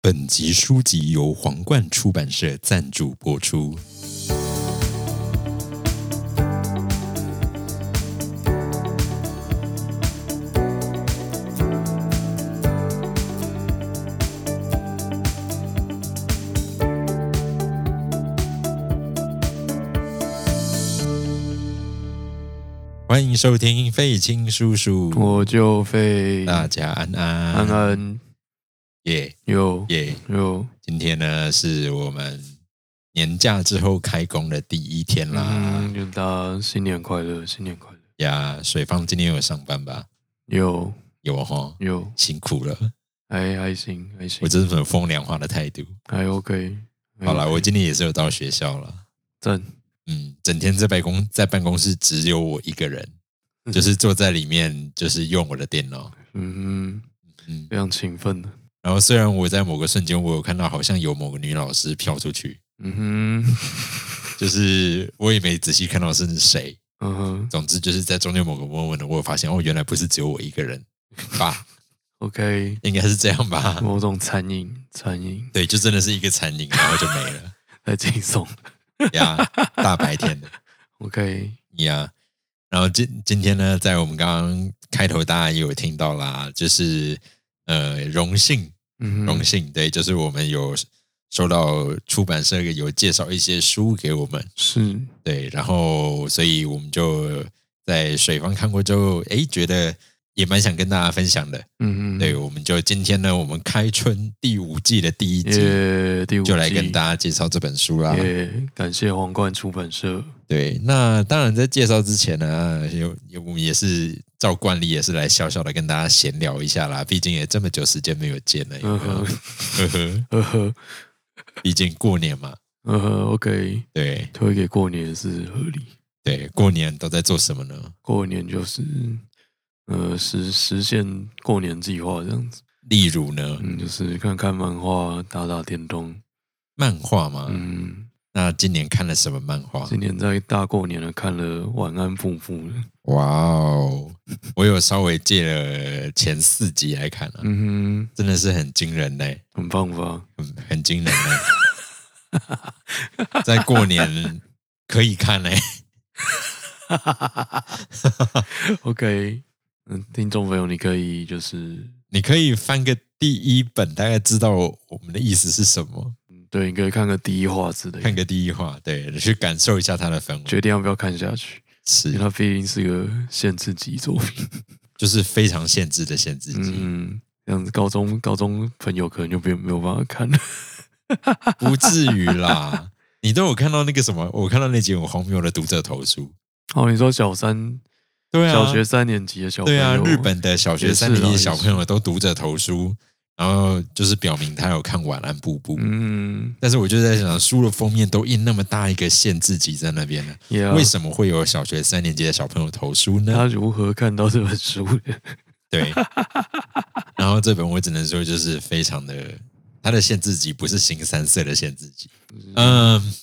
本集书籍由皇冠出版社赞助播出。欢迎收听费青叔叔，我就飞大家安安安安耶有耶！有今天呢是我们年假之后开工的第一天啦嗯，就大家新年快乐，新年快乐！呀！水方今天有上班吧？有有啊哈，有，辛苦了，还还行还行我，这是很风凉话的态度。还 OK 还 OK。好啦，我今天也是有到学校了，赞，嗯，整天在办公在办公室只有我一个人，嗯就是坐在里面，就是用我的电脑，嗯，嗯非。常勤奋的，然后虽然我在某个瞬间我有看到好像有某个女老师飘出去，嗯哼， 就是我也没仔细看到是谁，嗯哼总之就是在中间某个 moment，呢我有发现哦，原来不是只有我一个人 吧， ，OK，应该是这样吧？ 某种残影，残影对，就真的是一个残影，然后就没了太轻松了呀，大白天的，OK，呀。然后今今天呢，在我们刚刚开头大家也有听到啦，就是呃，荣幸嗯荣哼，幸，对，就是我们有收到出版社有介绍一些书给我们，是，对，然后所以我们就在水方看过之后，诶，觉得也蛮想跟大家分享的。嗯哼，对，我们就今天呢，我们开春第五季的第一集，耶，第五就来季跟大家介绍这本书啦。耶，感谢皇冠出版社，对，那当然在介绍之前呢，有有我们也是照惯例，也是来小小的跟大家闲聊一下啦。毕竟也这么久时间没有见了，有嗯没有哼，呵呵，嗯哼，毕竟过年嘛，嗯哼，OK。对推给过年是合理。对，过年都在做什么呢？过年就是呃实实现过年计划这样子，例如呢，嗯，就是看看漫画，打打电动，漫画嘛。嗯，那今年看了什么漫画？今年在大过年的看了《晚安父父》了，哇哦，我有稍微借了前四集来看啊，嗯真的是很惊人嘞、哼，很棒吧？ 很很惊人呢、在过年可以看欸呢、 OK，嗯，听众朋友，你可以就是你可以翻个第一本，大概知道我们的意思是什么，嗯对，你可以看个第一话之类看的，个第一话，对，你去感受一下它的氛围，决定要不要看下去，因为是它毕竟是个限制级作品。就是非常限制的限制级，嗯，这样子高中高中朋友可能就没有没有办法看了。不至于啦。你都有看到那个什么？我看到那集有荒谬的读者投诉，哦，你说小三对啊，小学三年级的小朋对友，啊，日本的小学也是三啦年级也的是小朋友都读者投书，然后就是表明他有看《晚安布布》嗯，但是我就在想，书的封面都印那么大一个限制级在那边呢，也啊为什么会有小学三年级的小朋友投书呢？他如何看到这本书的？ 对，然后这本我只能说就是非常的，它的限制级不是新三色的限制级，嗯，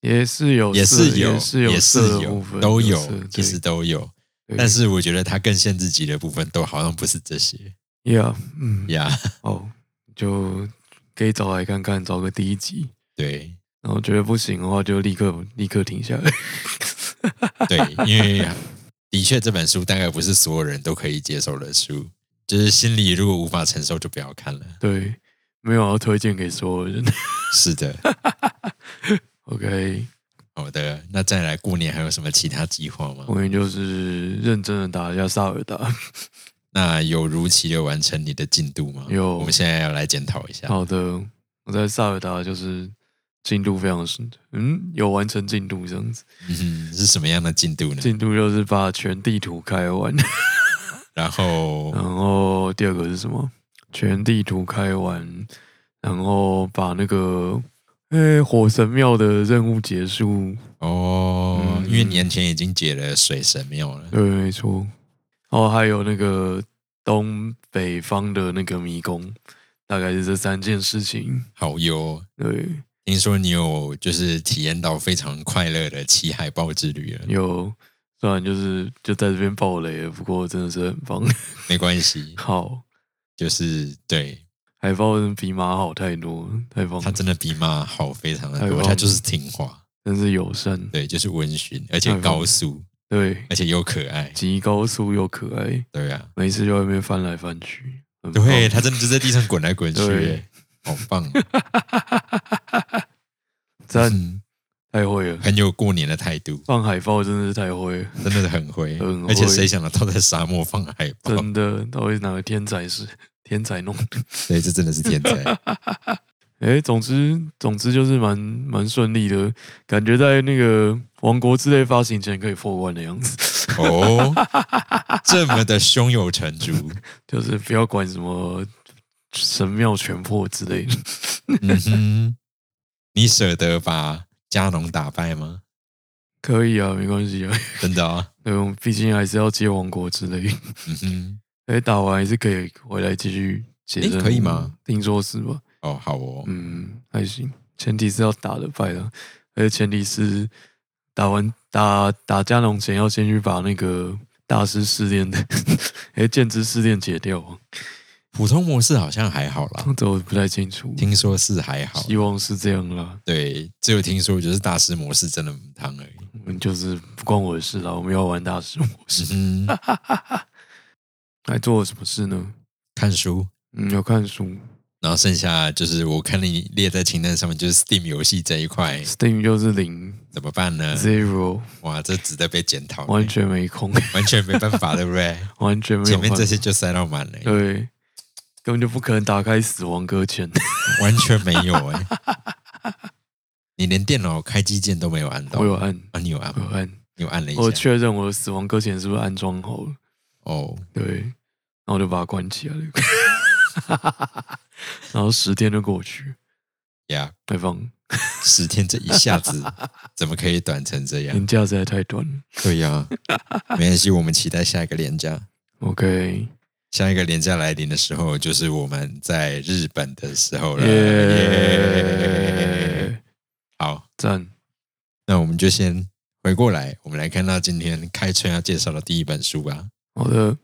也是有色，也是有，也是有也色的是部有分，，都色有对，其实都有，对但是我觉得它更限制级的部分都好像不是这些 yeah，嗯，呀，哦，就可以找来看看，找个第一集，对然后觉得不行的话，就立刻立刻停下来。 对，因为的确这本书大概不是所有人都可以接受的书，就是心里如果无法承受就不要看了。对，没有要推荐给所有人。 是的， OK，好的。那再来过年还有什么其他计划吗？我们就是认真的打一下萨尔达。那有如期的完成你的进度吗？有我们现在要来检讨一下。好的，我在萨尔达就是进度非常顺，嗯，有完成进度这样子。嗯哼，是什么样的进度呢？进度就是把全地图开完， 然后然后第二个是什么？全地图开完，然后把那个诶、火神庙的任务结束。哦，嗯因为年前已经解了水神庙了，对，没错。然后还有那个东北方的那个迷宫，大概是这三件事情。好哟。对，听说你有就是体验到非常快乐的骑海豹之旅了，有虽然就是就在这边 爆雷了，不过真的是很棒。没关系，好，就是对，海豹真的比马好太多，了，太棒它了，真的比马好非常的太多，棒了它就是听话，真是友善，对，就是温驯，而且高哎速，对，而且又可爱，极高速又可爱，对啊，每次就在外面翻来翻去，很棒对，它真的就在地上滚来滚去哦对耶，好棒，啊赞，嗯太会了，很有过年的态度，放海豹真的是太会了， 真的是很会很，会而且谁想得到在沙漠放海豹？真的，到底哪个天才是 天才弄的？对，这真的是天 才，哎，总之，总之就是蛮蛮顺利的，感觉在那个王国之泪发行前可以破关的样子， 哦，这么的胸有成竹，就是不要管什么神庙全破之 类的。嗯哼，你舍得把加农打败吗？可以啊，没关系啊，真的啊、对，我们毕竟还是要接王国之泪，嗯哼，哎，打完还是可以回来继续接诶任务可以吗？听说是吧？哦，好哦，嗯，还行，前提是要打得败了，而且前提是打完打打加农前要先去把那个大师试炼的， 哎，剑之试炼解掉啊，普通模式好像还好啦，这我不太清楚，听说是还好，希望是这样啦，对，只有听说就是大师模式真的很汤而已。嗯，就是不关我的事啦，我们要玩大师模式，嗯哼，还做了什么事呢？看书，嗯，有看书然后剩下就是我看你列在清单上面，就是 Steam 游戏这一块，Steam 就是零怎么办呢？ zero，哇，这值得被检讨，欸完全没空， 完全没办法，对不对？完全 没有前面办这法，些就塞到满了，欸对，根本就不可能打开死亡搁浅。完全没有哎、你连电脑开机键都没有按到我有按，啊？你有按我吗？有按，你有按了一我下确认我的死亡搁浅是不是安装好了，哦，对，然后我就把它关起来 了，然后十天就过去，呀，太棒了，十天这一下 子怎么可以短成这样年？假实在太短了。对 呀、没关系，我们期待下一个连假。 OK，下一个连假来临的时候，就是我们在日本的时候了。耶耶，好，赞，那我们就先回过来，我们来看到今天开春要介绍的第一本书吧。好的，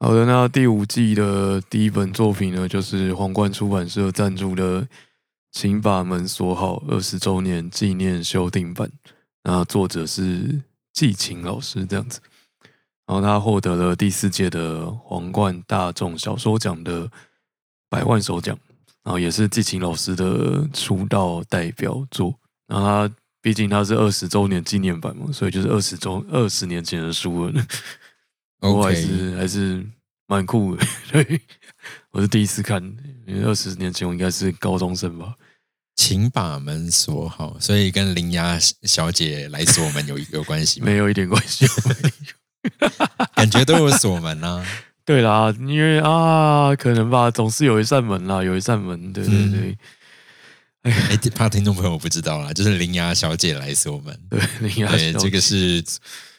好的，那第五季的第一本作品呢，就是皇冠出版社赞助的《请把门锁好》二十周年纪念修订版。那作者是季晴老师这样子，然后他获得了第四届的皇冠大众小说奖的百万首奖，然后也是季晴老师的出道代表作。然后他毕竟他是二十周年纪念版嘛，所以就是二十周二十年前的书了。不过还 OK，是还是蛮酷的。 对，我是第一次看，因为二十年前我应该是高中生吧。请把门锁好。所以跟铃芽小姐来锁门有有关系吗？ 没有一点关系。感觉都有锁门啊。 对啦，因为啊，可能吧，总是有一扇门啦，有一扇门。对对嗯对、 哎，怕听众朋友不知道啦，就是铃芽小姐来锁门。对，你要对，这个是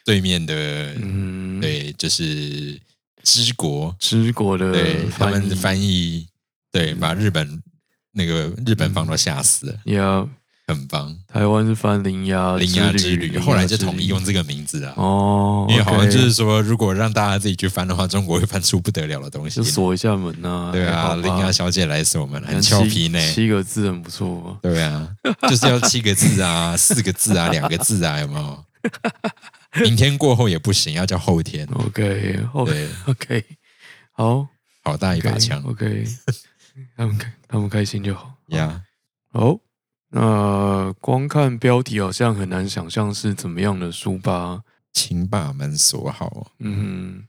对面的，嗯，对，就是知国，知国的对呃他们译翻译，对，把日本那个日本方都吓死了，呀，很棒。台湾嗯哦是翻《铃芽铃芽之铃旅，芽后来之就统旅一用这个名字啊，哦，因为好像 OK 就是说，如果让大家自己去翻的话，中国会翻出不得了的东西就。锁一下门呐、对还啊，好吧铃芽小姐来锁门，很七俏皮呢。七个字很不错吧？对啊，就是要七个字啊，四个字啊，两个字啊，有没 有？明天过后也不行，要叫后天。哦 OK，后对， OK，好，好大一把枪 OK，他们开他们开心就好。呀！好，那光看标题好像很难想象是怎么样的书吧？请把门锁好。嗯，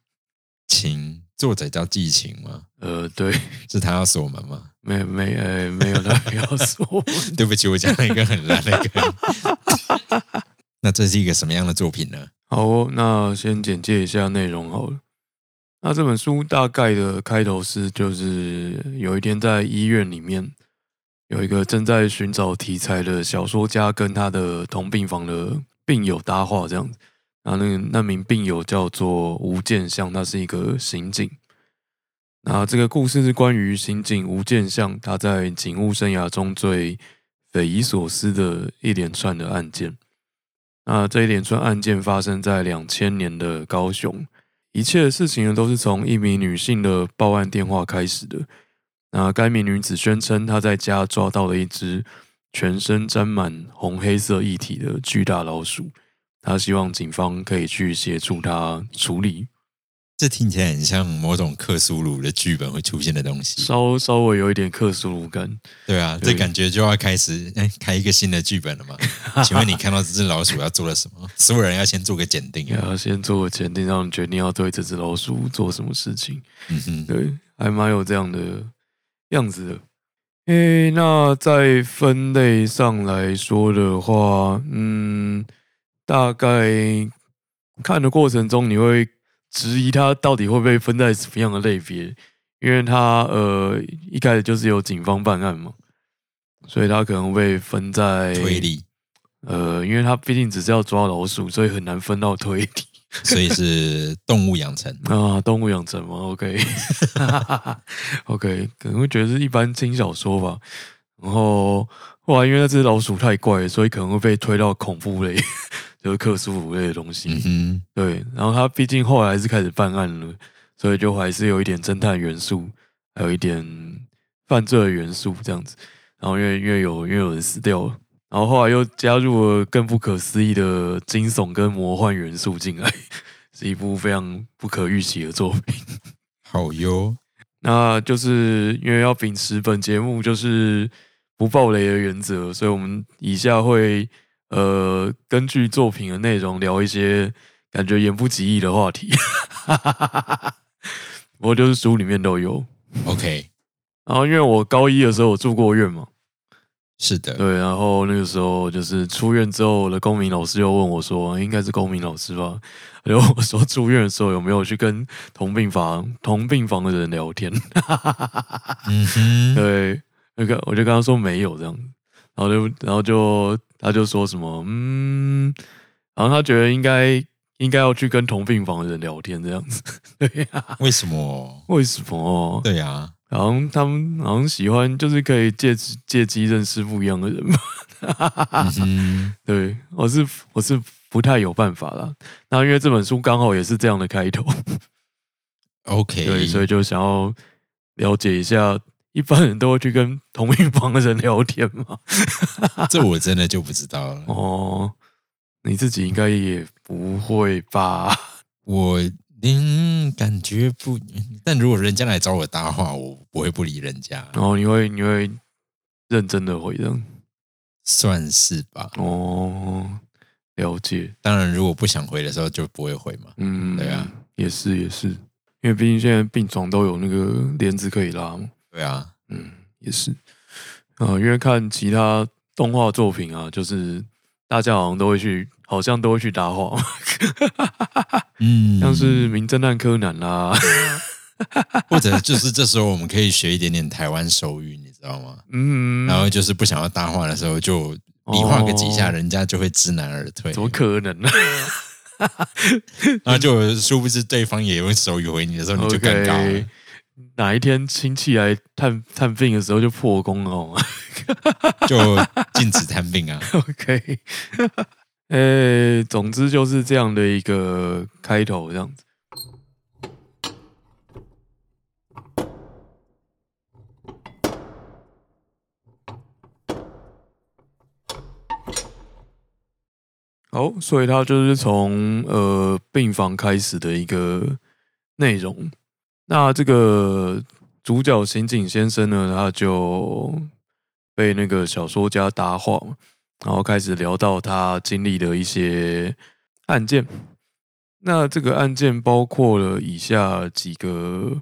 请作者叫季晴吗？呃，对，是他要锁门吗？ 没没呃没有他不要说，对不起，我讲了一个很烂的梗。 那这是一个什么样的作品呢？好哦，那先简介一下内容好了。那这本书大概的开头是，就是有一天在医院里面，有一个正在寻找题材的小说家跟他的同病房的病友搭话，这样子。然后那个那名病友叫做吴建相，他是一个刑警。那这个故事是关于刑警吴建相他在警务生涯中最匪夷所思的一连串的案件。那这一连串案件发生在两千年的高雄，一切的事情呢都是从一名女性的报案电话开始的。那该名女子宣称她在家抓到了一只全身沾满红黑色液体的巨大老鼠，她希望警方可以去协助她处理，这听起来很像某种克苏鲁的剧本会出现的东西。稍稍微有一点克苏鲁感。对啊，对这感觉就要开始哎开一个新的剧本 了嘛？请问你看到这只老鼠要做了什么？所有人要先做个鉴定啊。要先做个前定，让你决定要对这只老鼠做什么事情。嗯哼，对，还蛮有这样的样子的。诶，那在分类上来说的话，嗯，大概看的过程中，你会质疑它到底会被分在什么样的类别，因为它呃一开始就是由警方办案嘛，所以它可能会被分在推理，呃，因为它毕竟只是要抓老鼠，所以很难分到推理。所以 是动物养成。啊，动物养成吗？OK，OK，可能会觉得是一般轻小说吧。然后后来因为那只老鼠太怪了，所以可能会被推到恐怖类， 就是克苏鲁类的东西。嗯哼，对，然后他毕竟后来还是开始办案了，所以就还是有一点侦探元素，还有一点犯罪的元素这样子。然后因为因为有因为有人死掉了，然后后来又加入了更不可思议的惊悚跟魔幻元素进来， 是一部非常不可预期的作品。好哟。那就是因为要秉持本节目就是不暴雷的原则，所以我们以下会呃根据作品的内容聊一些感觉言不及义的话题， 不过就是书里面都有。 OK，然后因为我高一的时候我住过院嘛，是的，对，然后那个时候就是出院之后，我的公民老师又问我说，应该是公民老师吧？他就问我说住院的时候有没有去跟同病房同病房的人聊天？嗯哼，对，那个我就跟他说没有这样，然后就然后就他就说什么嗯，然后他觉得应该应该要去跟同病房的人聊天这样子，对呀、为什么？为什么？对啊，然后他们好像喜欢就是可以借此借机认识不一样的人嘛，啊嗯哼， 对，我是我是不太有办法啦。那因为这本书刚好也是这样的开头， ，OK，对，所以就想要了解一下，一般人都会去跟同病房的人聊天嘛。 这我真的就不知道了。哦，你自己应该也不会吧？ 我嗯，感觉不，但如果人家来找我搭话，我不会不理人家，然后你会你会认真的回应算是吧。哦，了解，当然，如果不想回的时候就不会回嘛。嗯，对啊，也是也是，因为毕竟现在病床都有那个帘子可以拉嘛，对啊，嗯，也是，啊、因为看其他动画作品啊，就是大家好像都会去，好像都会去搭话，嗯， 像是《名侦探柯南》啊啦，或者就是这时候我们可以学一点点台湾手语，你知道吗？ 嗯，然后就是不想要搭话的时候，就比划个几下，哦人家就会知难而退。怎么可能呢、然后就殊不知对方也用手语回你的时候，你就尴尬了 OK，。哪一天亲戚来探探病的时候就破功了哦好吗就禁止 探病啊。 ？OK，呃、总之就是这样的一个开头，这样子。好，所以它就是从呃病房开始的一个内容。那这个主角刑警先生呢，他就被那个小说家搭话嘛，然后开始聊到他经历的一些案件。那这个案件包括了以下几个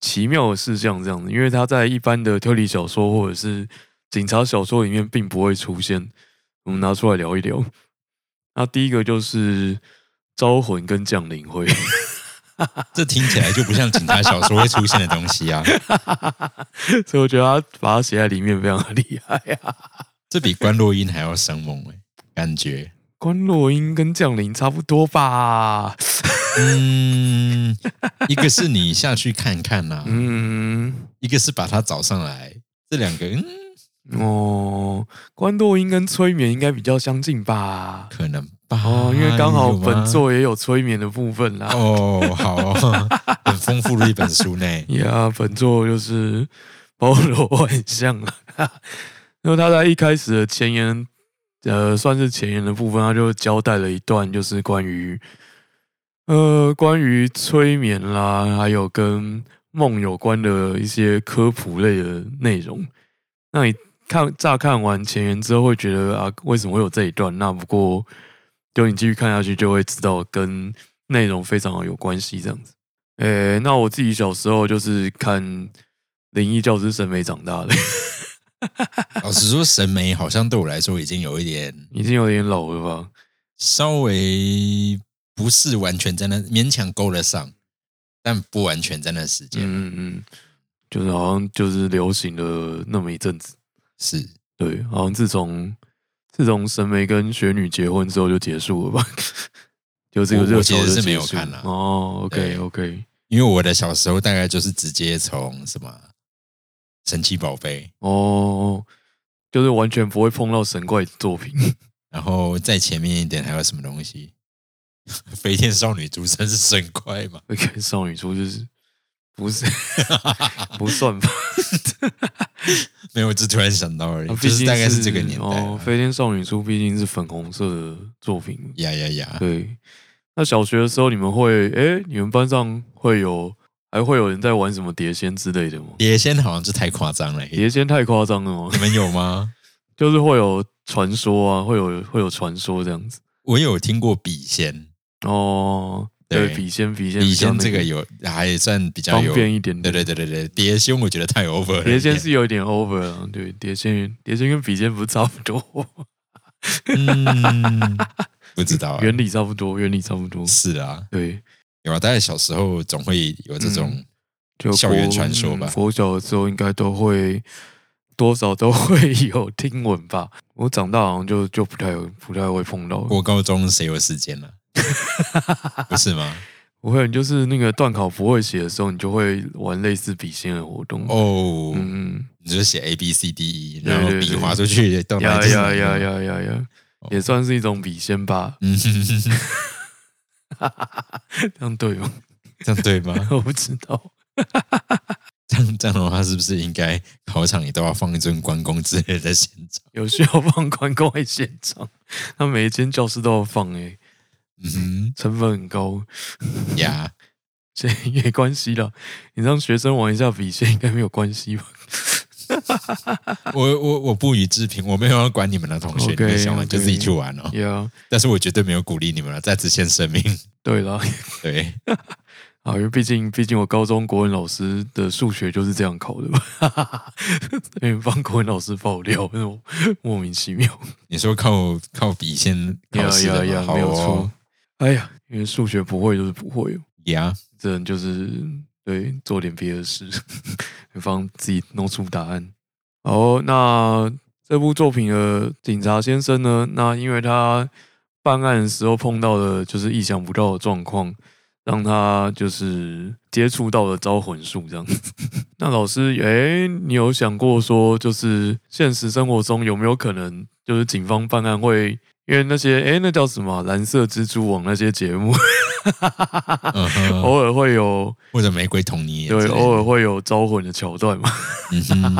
奇妙的事项，这样子，因为他在一般的推理小说或者是警察小说里面并不会出现，我们拿出来聊一聊。那第一个就是招魂跟降临会。这听起来就不像警察小说会出现的东西啊！所以我觉得他把它写在里面非常的厉害啊。欸这比关洛音还要生猛哎、感觉关洛英跟降临差不多吧？嗯，一个是你下去看看啦、 嗯，一个是把他找上来，这两个嗯哦，关洛英跟催眠应该比较相近吧？可能吧。哦，因为刚好哎有吗本作也有催眠的部分啦。哦，好哦，很丰富的一本书呢。 呀本作就是包罗万象了。 因为他在一开始的前言，呃，算是前言的部分，他就交代了一段，就是关于呃关于催眠啦，还有跟梦有关的一些科普类的内容。那你看，乍看完前言之后，会觉得啊，为什么会有这一段？那不过，就你继续看下去，就会知道跟内容非常的有关系，这样子。诶、那我自己小时候就是看《灵异教师》审美长大的， 老实说，审美好像对我来说已经有一点已经有点老了吧？稍微不是完全在那，勉强够得上，但不完全在那时间、嗯嗯嗯，就是好像就是流行了那么一阵子，是。对，好像自从自从神媒跟雪女结婚之后就结束了吧？ 就这个我热我潮其实就是没结有束看啦哦，OK 对 OK，因为我的小时候大概就是直接从什么神奇宝贝，哦，就是完全不会碰到神怪作品。 然后再前面一点还有什么东西？ 飞天少女竹生是神怪吗？会看少女出就是不是不算吧？ 没有，我只突然想到而已，啊毕就是竟大概是这个年代啊哦，啦。飞天少女出毕竟是粉红色的作品，呀呀呀！对。那小学的时候，你们会诶，你们班上会有还会有人在玩什么碟仙之类的吗？碟仙好像就太夸张了，你碟仙太夸张了吗？ 们有吗？就是会有传说啊，会有会有传说这样子我有听过笔仙，哦。对对，笔仙笔仙笔比较仙那这个有还算比较方有，便对一点点。对对对对，碟仙我觉得太 over 了一点。碟仙是有一点 over 了，对，碟仙碟仙跟笔仙不是差 不多。嗯，不知道啊，原理差不多，原理差不多。是啊，对，有啊，大概小时候总会有这种嗯，就校国园传说吧嗯国小的时候应该都会多少都会 有听闻吧。我长大好像就就不太不太会碰到。过高中谁有时间呢、啊？ 不是吗？我会就是那个段考不会写的时候，你就会玩类似笔仙的活动。哦，嗯，你就写 A B C D E，对然后嗯对笔对划出去，到嗯，哪呀就是哪呀呀个，呀呀呀哦，，也算是一种笔仙吧嗯， 这样对吗？ 这样对吗？我不知道。这样这样的话，是不是应该考场里都要放一尊关公之类的在现场？有需要放关公在现场，那每一间教室都要放、欸，嗯成本很高。 嗯哼呀，这也没关系啦，你让学生玩一下笔仙应该没有关系吧 我我我不予置评，我没有要管你们的同学，你们 OK，想玩就自己 OK 去玩哦。 ？Yeah，但是我绝对没有鼓励你们了，在此先声明。对啦，对，啊，因为毕竟毕竟我高中国文老师的数学就是这样考的吧，因为帮国文老师爆料，那种莫名其妙。你说靠靠笔先考试的吗好没有错哦。。哎呀，因为数学不会就是不会， 呀，只能就是对做点别的事， 帮自己弄出答案。好，哦那这部作品的警察先生呢？那因为他办案的时候碰到了就是意想不到的状况，让他就是接触到了招魂术这样 子。那老师，诶、你有想过说，就是现实生活中有没有可能，就是警方办案会因为那些，诶、那叫什么啊蓝色蜘蛛网那些节目， 嗯哼，偶尔会有或者玫瑰童你哦对，偶尔会有招魂的桥段嘛。 嗯哼，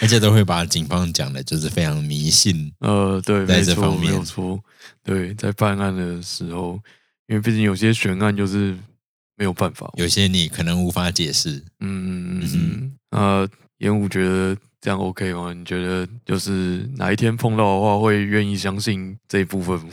而且都会把警方讲的就是非常迷信，呃，对，在没这错，方没面有错。对，在办案的时候，因为毕竟有些悬案就是没有办法。有些你可能无法解释。嗯嗯嗯嗯。呃，严武觉得这样 OK 吗？你觉得就是哪一天碰到的话，会愿意相信这一部分吗？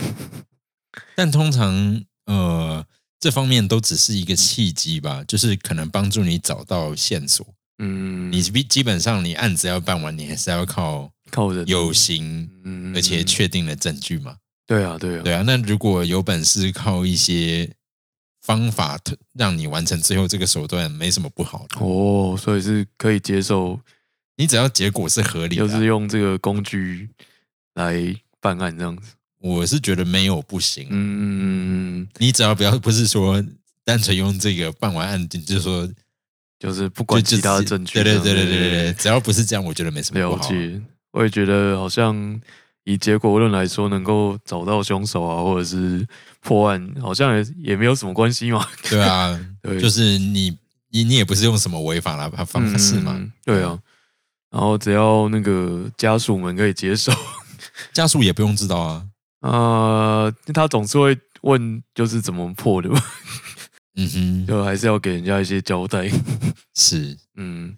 但通常呃，这方面都只是一个契机吧，就是可能帮助你找到线索。嗯，你基基本上你案子要办完，你还是要靠靠人有，形嗯而且确定的证据嘛。对啊，对啊，对啊，那如果有本事靠一些方法推让你完成最后这个手段，没什么不好的。哦，所以是可以接受，你只要结果是合理的就啊，是用这个工具来办案这样子。我是觉得没有不行，嗯，你只要不要不是说单纯用这个办完案件，就是说就是不管就其他就的是证对据，对对这样对对对对，只要不是这样，我觉得没什么不了好。啊解，我也觉得好像以结果论来说，能够找到凶手啊，或者是破案，好像也也没有什么关系嘛。 对啊，对，就是你你你也不是用什么违法的方式嘛，嗯对啊，然后只要那个家属们可以接受， 家属也不用知道啊。呃，他总是会问就是怎么破的嘛， 嗯哼，就还是要给人家一些交代。是 嗯，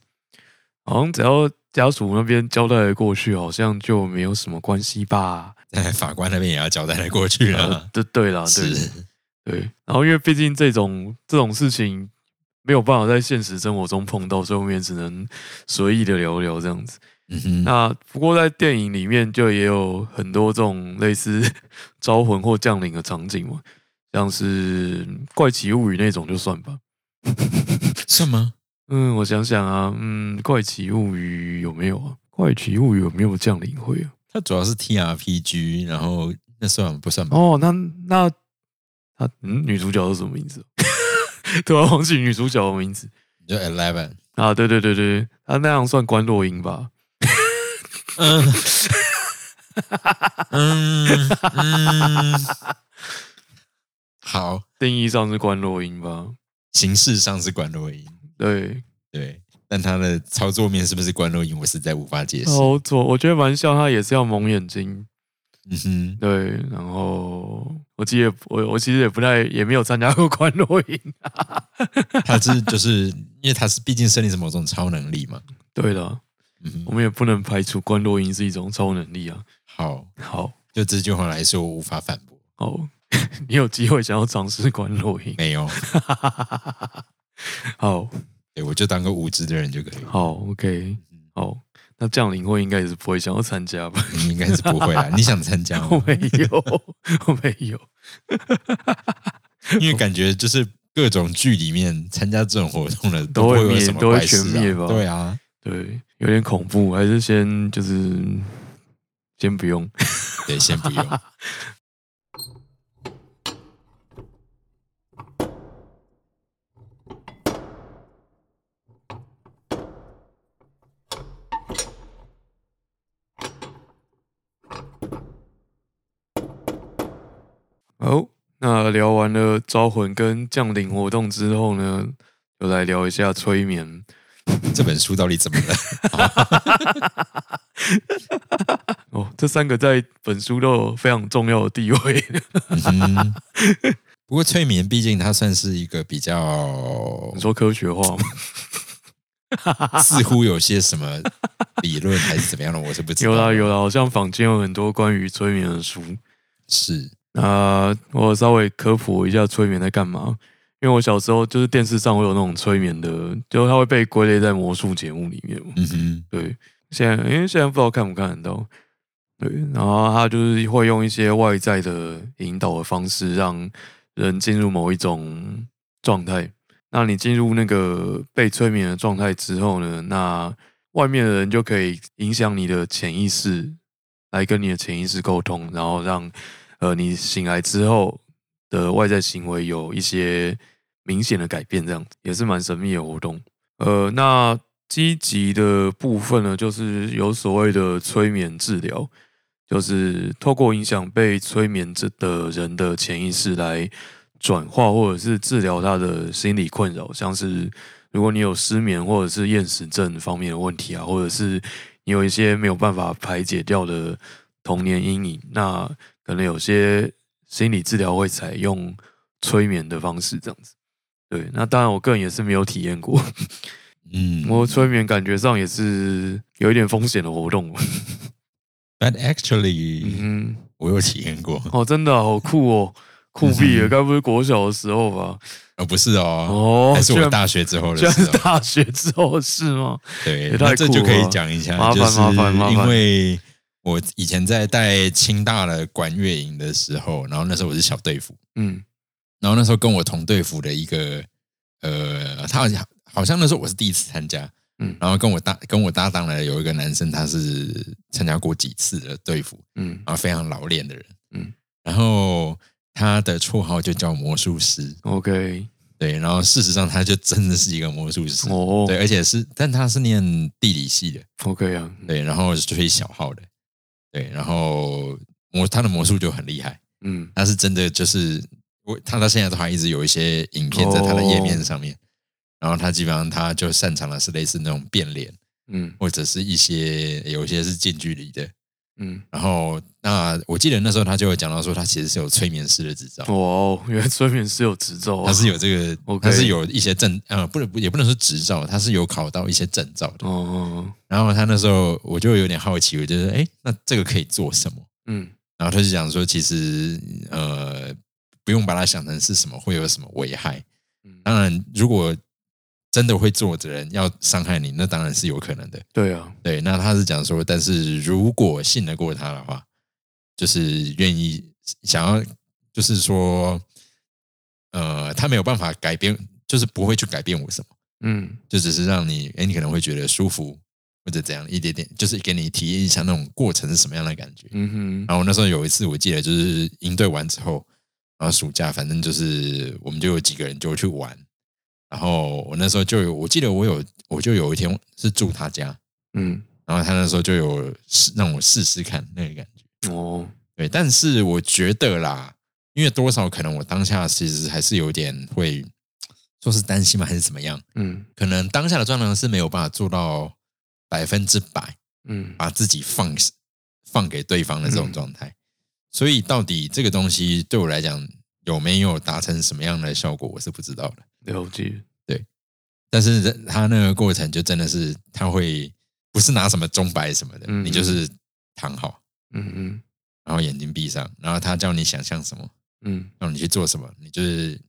好像只要家属那边交代得过去，好像就没有什么关系吧。哎法官那边也要交代的过去 呃啊。对对啦，对是，对，然后因为毕竟这种这种事情没有办法在现实生活中碰到，所以我们也只能随意的聊聊这样子。嗯哼，那不过在电影里面就也有很多这种类似 招魂或降临的场景嘛，像是《怪奇物语》那种就算吧。算吗？嗯，我想想啊，嗯，《怪奇物语》有没有啊？《怪奇物语》有没有降临会啊？它主要是 TRPG，然后那算不算吧？哦，那那他嗯，女主角是什么名字？ 突然忘记女主角的名字。你就 Eleven，啊，对对对对，他那样算关洛英吧？嗯。嗯嗯，好，定义上是关洛英吧？形式上是关洛音，对，对，但它的操作面是不是关洛音，我实在无法解释。后做我觉得蛮像，他也是要蒙眼睛。嗯哼，对，然后我记得我我其实也不太也没有参加过关洛英。 他是就是因为他是毕竟身体是某种超能力嘛。对了，嗯我哼，们也不能排除关洛英是一种超能力啊。好，好就这句话来说，我无法反驳。好， 你有机会想要尝试关洛英？没有，好对我就当个无知的人就可以了。好，OK，好，那降临会应该也是不会想要参加吧？ 你应该是不会啦，你想参加我吗？没有，我没有。因为感觉就是各种剧里面参加这种活动的都不会会有灭什么都会坏事啊全灭吧对啊，对，有点恐怖，还是先就是先不用。对，先不用。好，那聊完了招魂跟降临活动之后呢，就来聊一下催眠。这本书到底怎么了？哦，这三个在本书都有非常重要的地位。 嗯哼不过催眠毕竟它算是一个比较你说科学化吗？ 似乎有些什么理论还是怎么样的，我是不知道。啊有啦有啦，好像坊间有很多关于催眠的书。是那我稍微科普一下催眠在干嘛，因为我小时候就是电视上会有那种催眠的，就是它会被归类在魔术节目里面嘛。嗯哼，对，现在因为现在不知道看不看得到，对，然后他就是会用一些外在的引导的方式，让人进入某一种状态。那你进入那个被催眠的状态之后呢，那外面的人就可以影响你的潜意识，来跟你的潜意识沟通，然后让呃你醒来之后的外在行为有一些明显的改变，这样也是蛮神秘的活动。呃，那积极的部分呢，就是有所谓的催眠治疗，就是透过影响被催眠着的人的潜意识来转化或者是治疗他的心理困扰，像是如果你有失眠或者是厌食症方面的问题啊，或者是你有一些没有办法排解掉的童年阴影，那可能有些心理治疗会采用催眠的方式这样子。对，那当然我个人也是没有体验过。嗯，我催眠感觉上也是有一点风险的活 动。 But actually，、嗯，我有体验过，哦，真的啊、好酷哦，酷毙嗯了！该不是国小的时候吧？而、不是哦，哦，还是居我然大学之后居的然时是候。大学之后的事吗？对 也，太那这酷就可以了讲一下麻，烦就是麻烦麻烦因为我以前在带清大的管乐营的时候，然后那时候我是小队服，嗯然后那时候跟我同队服的一个呃，他好像好像那时候我是第一次参加，嗯然后跟我搭跟我搭档的有一个男生，他是参加过几次的队服，嗯然后非常老练的人。嗯，然后他的绰号就叫魔术师， OK，对，然后事实上他就真的是一个魔术师，哦对，而且是，但他是念地理系的， ，OK 啊，对，然后是吹小号的，对，然后魔他的魔术就很厉害，嗯，他是真的就是我他到现在都还一直有一些影片在他的页哦面上面，然后他基本上他就擅长的是类似那种变脸，嗯或者是一些有一些是近距离的，嗯然后那我记得那时候他就有讲到说他其实是有催眠师的执照嗯，。哇哦，原来催眠是有执照啊，他是有这个， OK 他是有一些证，呃，不能不也不能说执照，他是有考到一些证照的。哦哦，哦然后他那时候我就有点好奇，我觉得，哎，那这个可以做什么？嗯然后他就讲说，其实呃，不用把它想成是什么会有什么危害。嗯，当然，如果真的会做的人要伤害你，那当然是有可能的。对啊，对，那他是讲说，但是如果信得过他的话，就是愿意想要，就是说，呃，他没有办法改变，就是不会去改变我什么，嗯就只是让你，哎，你可能会觉得舒服或者怎样一点点，就是给你体验一下那种过程是什么样的感觉。嗯哼，然后那时候有一次，我记得就是营队完之后，然后暑假反正就是我们就有几个人就去玩，然后我那时候就有，我记得我有，我就有一天是住他家，嗯然后他那时候就有试让我试试看那个感觉，哦，对，但是我觉得啦，因为多少可能我当下其实还是有点会说是担心嘛，还是怎么样，嗯可能当下的状态是没有办法做到百分之百嗯把自己放放给对方的这种状态，所以到底这个东西对我来讲有没有达成什么样的效果，我是不知道的。了解，但是他那个过程就真的是他会不是拿什么钟摆什么的，嗯你就是躺好。嗯嗯然后眼睛闭上，然后他叫你想象什么，嗯，让你去做什么，你就是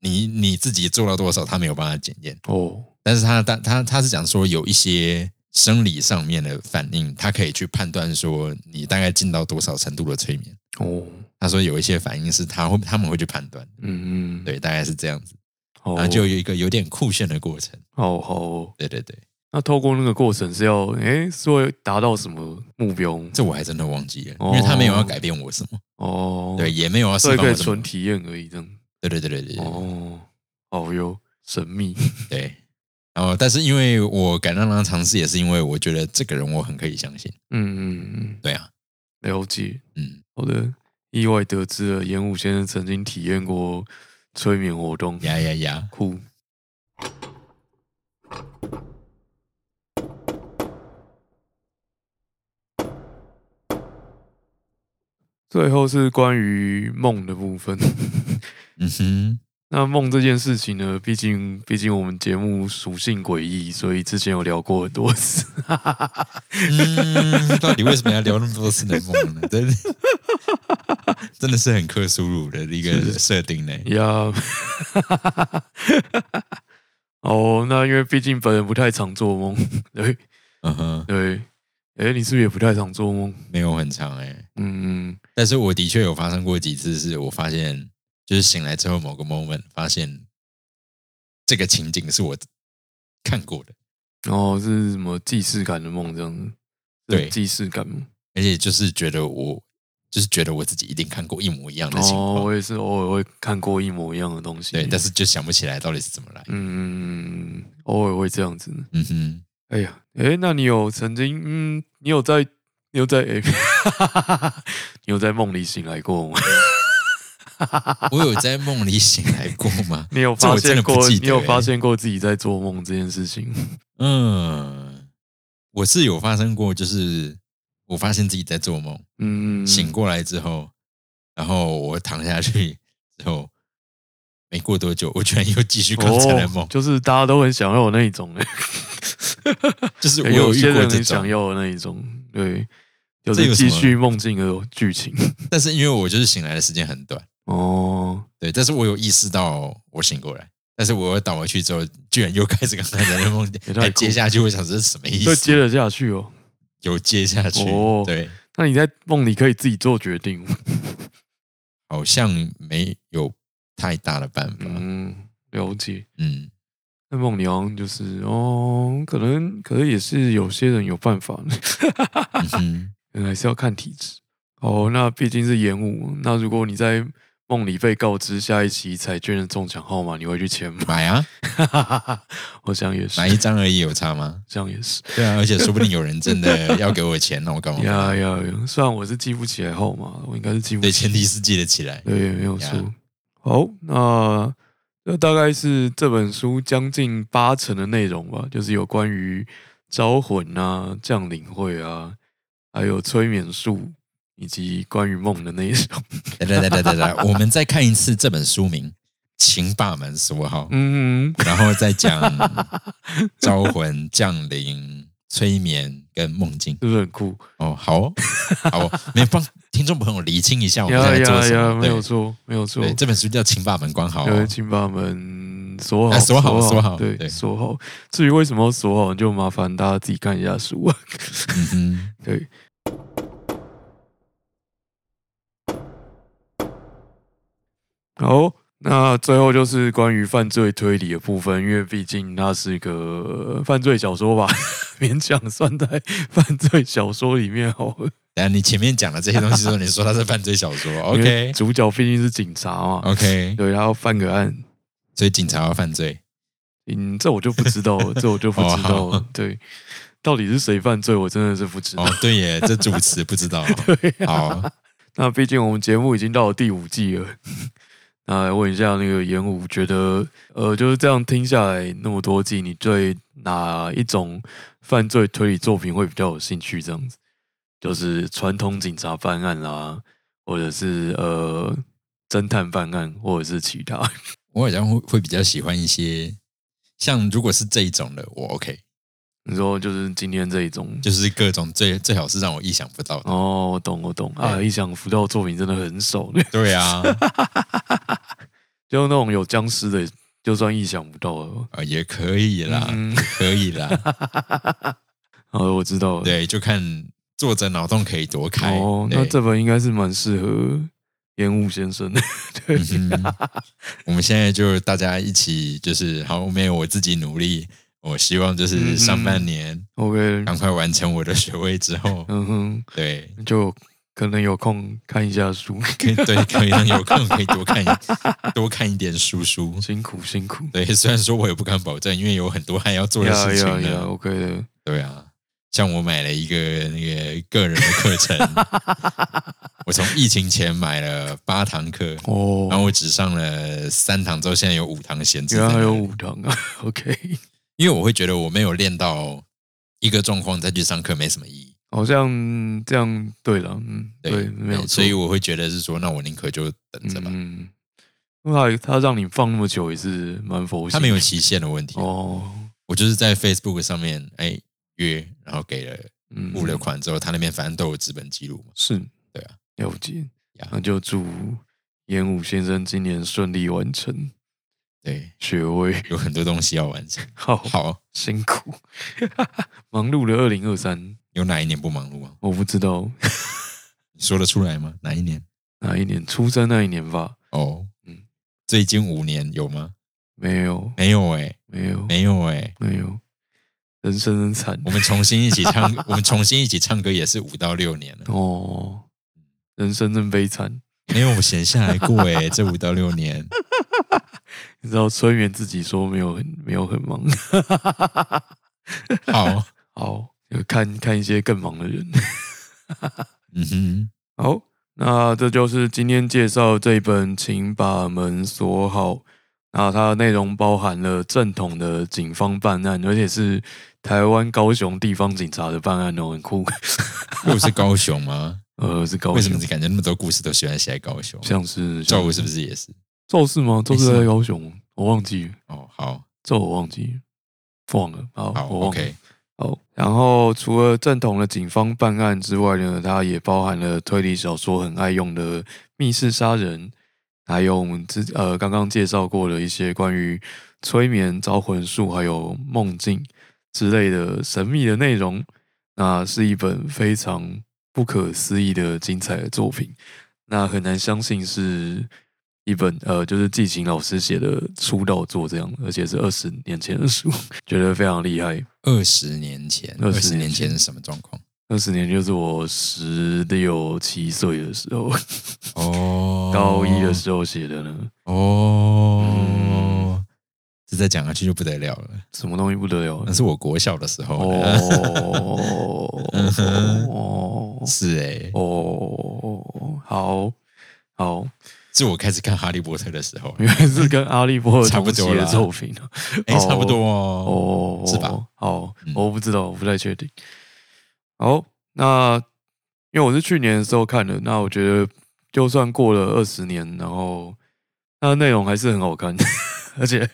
你你自己做到多少，他没有办法检验。哦，但是他他他他是讲说有一些生理上面的反应，他可以去判断说你大概进到多少程度的催眠。哦，他说有一些反应是他会他们会去判断，嗯嗯，，哦对，大概是这样子。好然后就有一个有点酷炫的过程，好好哦。对对对，那透过那个过程是要，诶，是会达到什么目标？这我还真的忘记了，因哦为他没有要改变我什么，哦，对，，也没有要释所以放可以我什纯么，体验而已，这样。对对对对对对。哦，好哟，神秘，对，然哦后但是因为我敢让他尝试，也是因为我觉得这个人我很可以相信。嗯嗯嗯，对啊，了解。嗯，好的，意外得知了严武先生曾经体验过催眠活动，呀呀呀，酷。最后是关于梦的部分。 嗯哼，那梦这件事情呢，毕竟毕竟我们节目属性诡异，所以之前有聊过很多次。 嗯， 到底为什么要聊那么多次的梦呢？真的， 真的是很克苏鲁的一个设定呢。呀， 哦，那因为毕竟本人不太常做梦， 对嗯哼，对，哎、你是不是也不太常做梦？没有很长哎、嗯，但是我的确有发生过几次，是我发现就是醒来之后某个 moment 发现这个情景是我看过的，然、后是什么既视感的梦这样子？对是既视感梦。而且就是觉得我就是觉得我自己一定看过一模一样的情况。哦，我也是偶尔会看过一模一样的东西。对，但是是就想不起来到底是怎么来。嗯，偶尔会这样子。嗯哼，哎呀，哎，那你有曾经，嗯，你有在，你有在， 哎，你有在梦里醒来过吗？ 我有在梦里醒来过吗 ？你有这我发真现的不过，记得你有欸发现过自己在做梦这件事情？嗯，我是有发生过，就是我发现自己在做梦，嗯，醒过来之后，然后我躺下去之后，没过多久，我居然又继续刚才的梦，哦，就是大家都很想要有那一种、欸，就是我 有遇些过人这很想种，要的那一种，对，就这有是什继么续梦境的剧情。但是因为我就是醒来的时间很短，哦，对，但是我有意识到我醒过来。但是我又倒回去之后，居然又开始刚才的 梦也，太还酷接下去，我想这是什么意就思？接了下去哦。有接下去，哦对，那你在梦里可以自己做 决定，好像没有太大的办法。嗯嗯，了解。那梦里好像就是哦，可能可能也是有些人有办法， 嗯哼，可能还是要看体质。哦，那毕竟是延误。那如果你在梦里被告知下一期彩券的中奖号码，你会去 签吗？买啊，我想也是买，一张而已，有差吗？这样也是。对啊，而且说不定有人真的要给我钱，哦那我干嘛？ 呀呀呀！虽然我是记不起来号码，我应该是记不对，起前提是记得起来。对，没有呀错。好，那这大概是这本书将近八成的内容吧，就是有关于招魂啊、降临会啊，还有催眠术，以及关于梦的内容。来来来来来来，我们再看一次这本书名《情霸门锁号》， 嗯，然后再讲招魂、降临、催眠跟梦境。是不是很酷？哦，好哦，好哦，没帮听众朋友厘清一下哦我们呀在做呀什呀！么。没有对错，没有错。对，这本书叫《情霸门关好哦》对，请把门锁好，哎锁好锁好对，对锁好。至于为什么要锁好，就麻烦大家自己看一下书啊。嗯哼，对。好，那最后就是关于犯罪推理的部分，因为毕竟它是一个呃犯罪小说吧， 勉强算在犯罪小说里面哦好了。等一下你前面讲的这些东西之后，你说它是犯罪小 说因为，OK 嗯主角毕竟是警察嘛， OK，对，他要犯个案，所以警察要犯罪，嗯，这我就不知道了，这我就不知道哦了。对，到底是谁犯罪，我真的是不知道哦。，对耶，这主持不知 道，好，那毕竟我们节目已经到了第五季了， 那来问一下那个演武，觉得呃，就是这样听下来那么多季，你对哪一种犯罪推理作品会比较有兴趣？这样子，就是传统警察办案啦，或者是呃侦探办案，或者是其他。 我好像会会比较喜欢一些，像如果是这一种的，我 OK，你说就是今天这一种，就是各种最最好是让我意想不到的。哦，我懂我懂啊，对一想辅导作品真的很少， 对啊，就那种有僵尸的，就算意想不到了。呃也可以啦，嗯， 可以啦，好的，我知道了。对，就看作者脑洞可以多开。哦，哎对那这本应该是蛮适合烟雾先生的。对，嗯哼 我们现在就大家一起，就是好，没有我自己努力，我希望就嗯是哼上半年 OK，赶快完成我的学位之后， 嗯哼，对，就可能有空看一下书，可以对，可以让有空可以多看一多看一点书书。 辛苦辛苦。对，虽然说我也不敢保证，因为有很多还要做的事情啊呀呢。呀，OK 的，对啊，像我买了一个那个个人的课程， 我从疫情前买了八堂课，然哦，后我只上了三堂，之后现在有五堂闲置在原那来里。还有五堂啊，OK， 因为我会觉得我没有练到一个状况再去上课没什么意义。好像这样对了，嗯，对，没有错，所以我会觉得是说，那我宁可就等着吧。嗯，因为他他让你放那么久也是蛮佛心的，它没有期限的问题。哦，我就是在 Facebook 上面哎约，然后给了嗯，付了款之后，他那边反正都有资本记录嘛。是，对啊，了解呀，那就祝演武先生今年顺利完成对，学位，有很多东西要完成。好好，辛苦， 忙碌了二零二三，有哪一年不忙碌啊？我不知道你说得出来吗？哪一年？哪一年，出生那一年吧，哦，嗯嗯，最近五年有吗？没有，没有哎、没有，没有哎、没有，人生很惨我们重新一起 唱，我们重新一起唱歌也是五到六年了。哦，人生真悲惨，没有闲下来过哎、 这五到六年，你知道催眠自己说没有很没有很忙，好，好，就看看一些更忙的人。嗯哼，好，那这就是今天介绍这一本《请把门锁好》。那它的内容包含了正统的警方办案，而且是台湾高雄地方警察的办案哦，很酷。又是高雄吗？呃，是 高雄，为什么感觉那么多故事都喜欢写在高雄？像是赵武赵是不是也是？赵氏吗？赵没氏事啊在吗高雄，我忘记了，哦，好，这我忘记了，忘了。好，好我忘了。 ，OK，哦，然后除了正统的警方办案之外呢，它也包含了推理小说很爱用的密室杀人，还有我们之呃刚刚介绍过的一些关于催眠、招魂术还有梦境之类的神秘的内容。那是一本非常不可思议的精彩的作品，那很难相信是一本呃就是季晴老师写的出道作这样，而且是二 十年前的书，觉得非常厉害。二十年前， 20二年前十年前是什么状况？二十年就是我十六七岁的时候，哦，高一的时候写的呢。哦，这再讲下去就不得了了。什么东西不得了那？是我国小的时候了，哦哦 是哎，哦，好好，是我开始看《哈利波特》的时候，原来是跟阿利波尔差不同多期的啦作品啊。哎，差不多哦。哦，是吧？好嗯，我不知道，我不太确定。好，那因为我是去年的时候看的，那我觉得就算过了二十年，然后它的内容还是很好看， 而且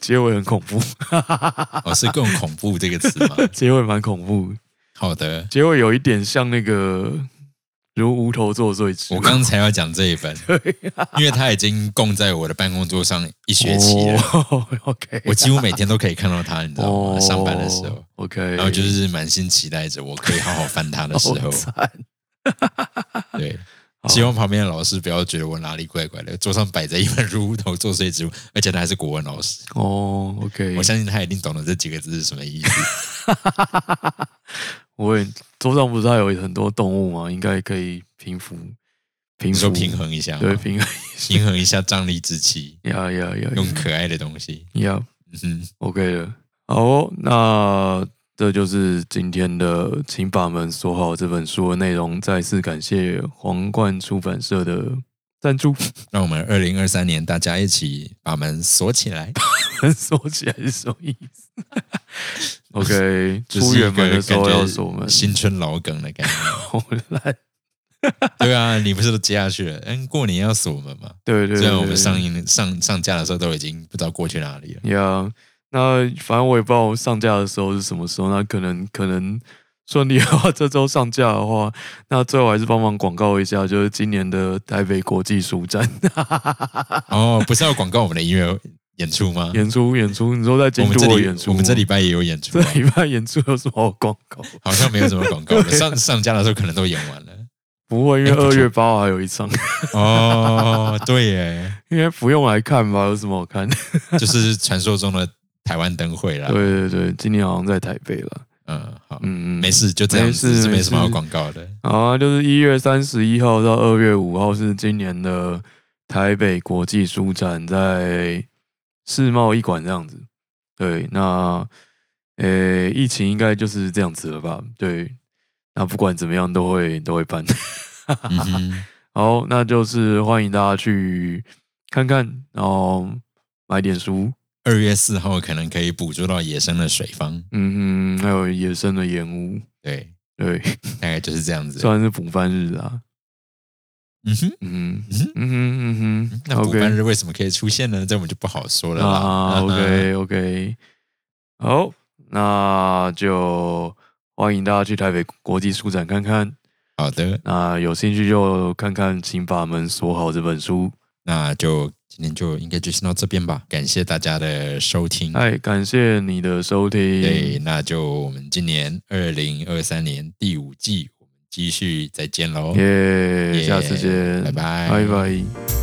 结尾很恐怖， 哦，是更恐怖这个词吗？结尾蛮恐怖，好的，结尾有一点像那个如无头作祟之我刚才要讲这一 本，啊因为它已经供在我的办公桌上一学期了，哦 OK，我几乎每天都可以看到它，你知道哦吗？上班的时候， ，OK，然后就是满心期待着我可以好好翻它的时 好候，惨对。好 希望旁边的老师不要觉得我哪里怪怪的。桌上摆着一本如无头作祟之物，而且他还是国文老师，哦，OK，我相信他一定懂得这几个字是什么意思。我也桌上不是还有很多动物嘛，应该可以平复平你说复平，衡一下吗，对平衡 平衡一下瘴疠之气，呀呀呀用可爱的东西。呀嗯，OK 了。好哦、那这就是今天的《请把门锁好》这本书的内容。再次感谢皇冠出版社的赞助， 哼，让我们二零二三年大家一起把门锁起来，锁起来是什么意思 ？OK，就是出一远门个的时候感觉要锁门，新春老梗的感觉。 好烂。对啊，你不是都接下去了？嗯，过年要锁门嘛。对对对虽然我们对上映上上架的时候都已经不知道过去哪里了。呀那反正我也不知道我上架的时候是什么时候，那可能可能顺利的话，这周上架的话，那最后还是帮忙广告一下，就是今年的台北国际书展 嗯哦，不是要广告我们的音乐演出 吗？演出演出，你说在我京们都这的里演出我们这礼拜也有演出这啊，礼拜演出有什么好广告？好像没有什么广告了。上上架的时候可能都演完了。不会，因为哎不错二月八号还有一场， 哦，对耶，应该不用来看吧？有什么 好看？就是传说中的台湾灯会啦。对对对，今年好像在台北了。嗯，好，嗯嗯，没事，就这样没子，事是没什么好没事广告的。好啊，就是一月三十一号到二月五号是今年的台北国际书展，在世贸一馆这样子。对，那呃、疫情应该就是这样子了吧？对，那不管怎么样都会都会办。 嗯哼，好，那就是欢迎大家去看看，然后买点书，二月四号可能可以捕捉到野生的水方，嗯哼，还有野生的盐屋。对，对，大概就是这样子 虽。然是补番日啊，嗯哼，嗯嗯哼哼，嗯哼，嗯哼，那 OK 补班日为什么可以出现呢？这我们就不好说了啦。啊 嗯哼，OK OK，好，那就欢迎大家去台北国际书展看看。好的，那有兴趣就看看《请把门锁好》这本书。那就今天就应该就先到这边吧。感谢大家的收听。哎，感谢你的收对，听，那就我们今年二零二三年第五季，我们继续再见喽。耶，下次见，拜拜拜拜。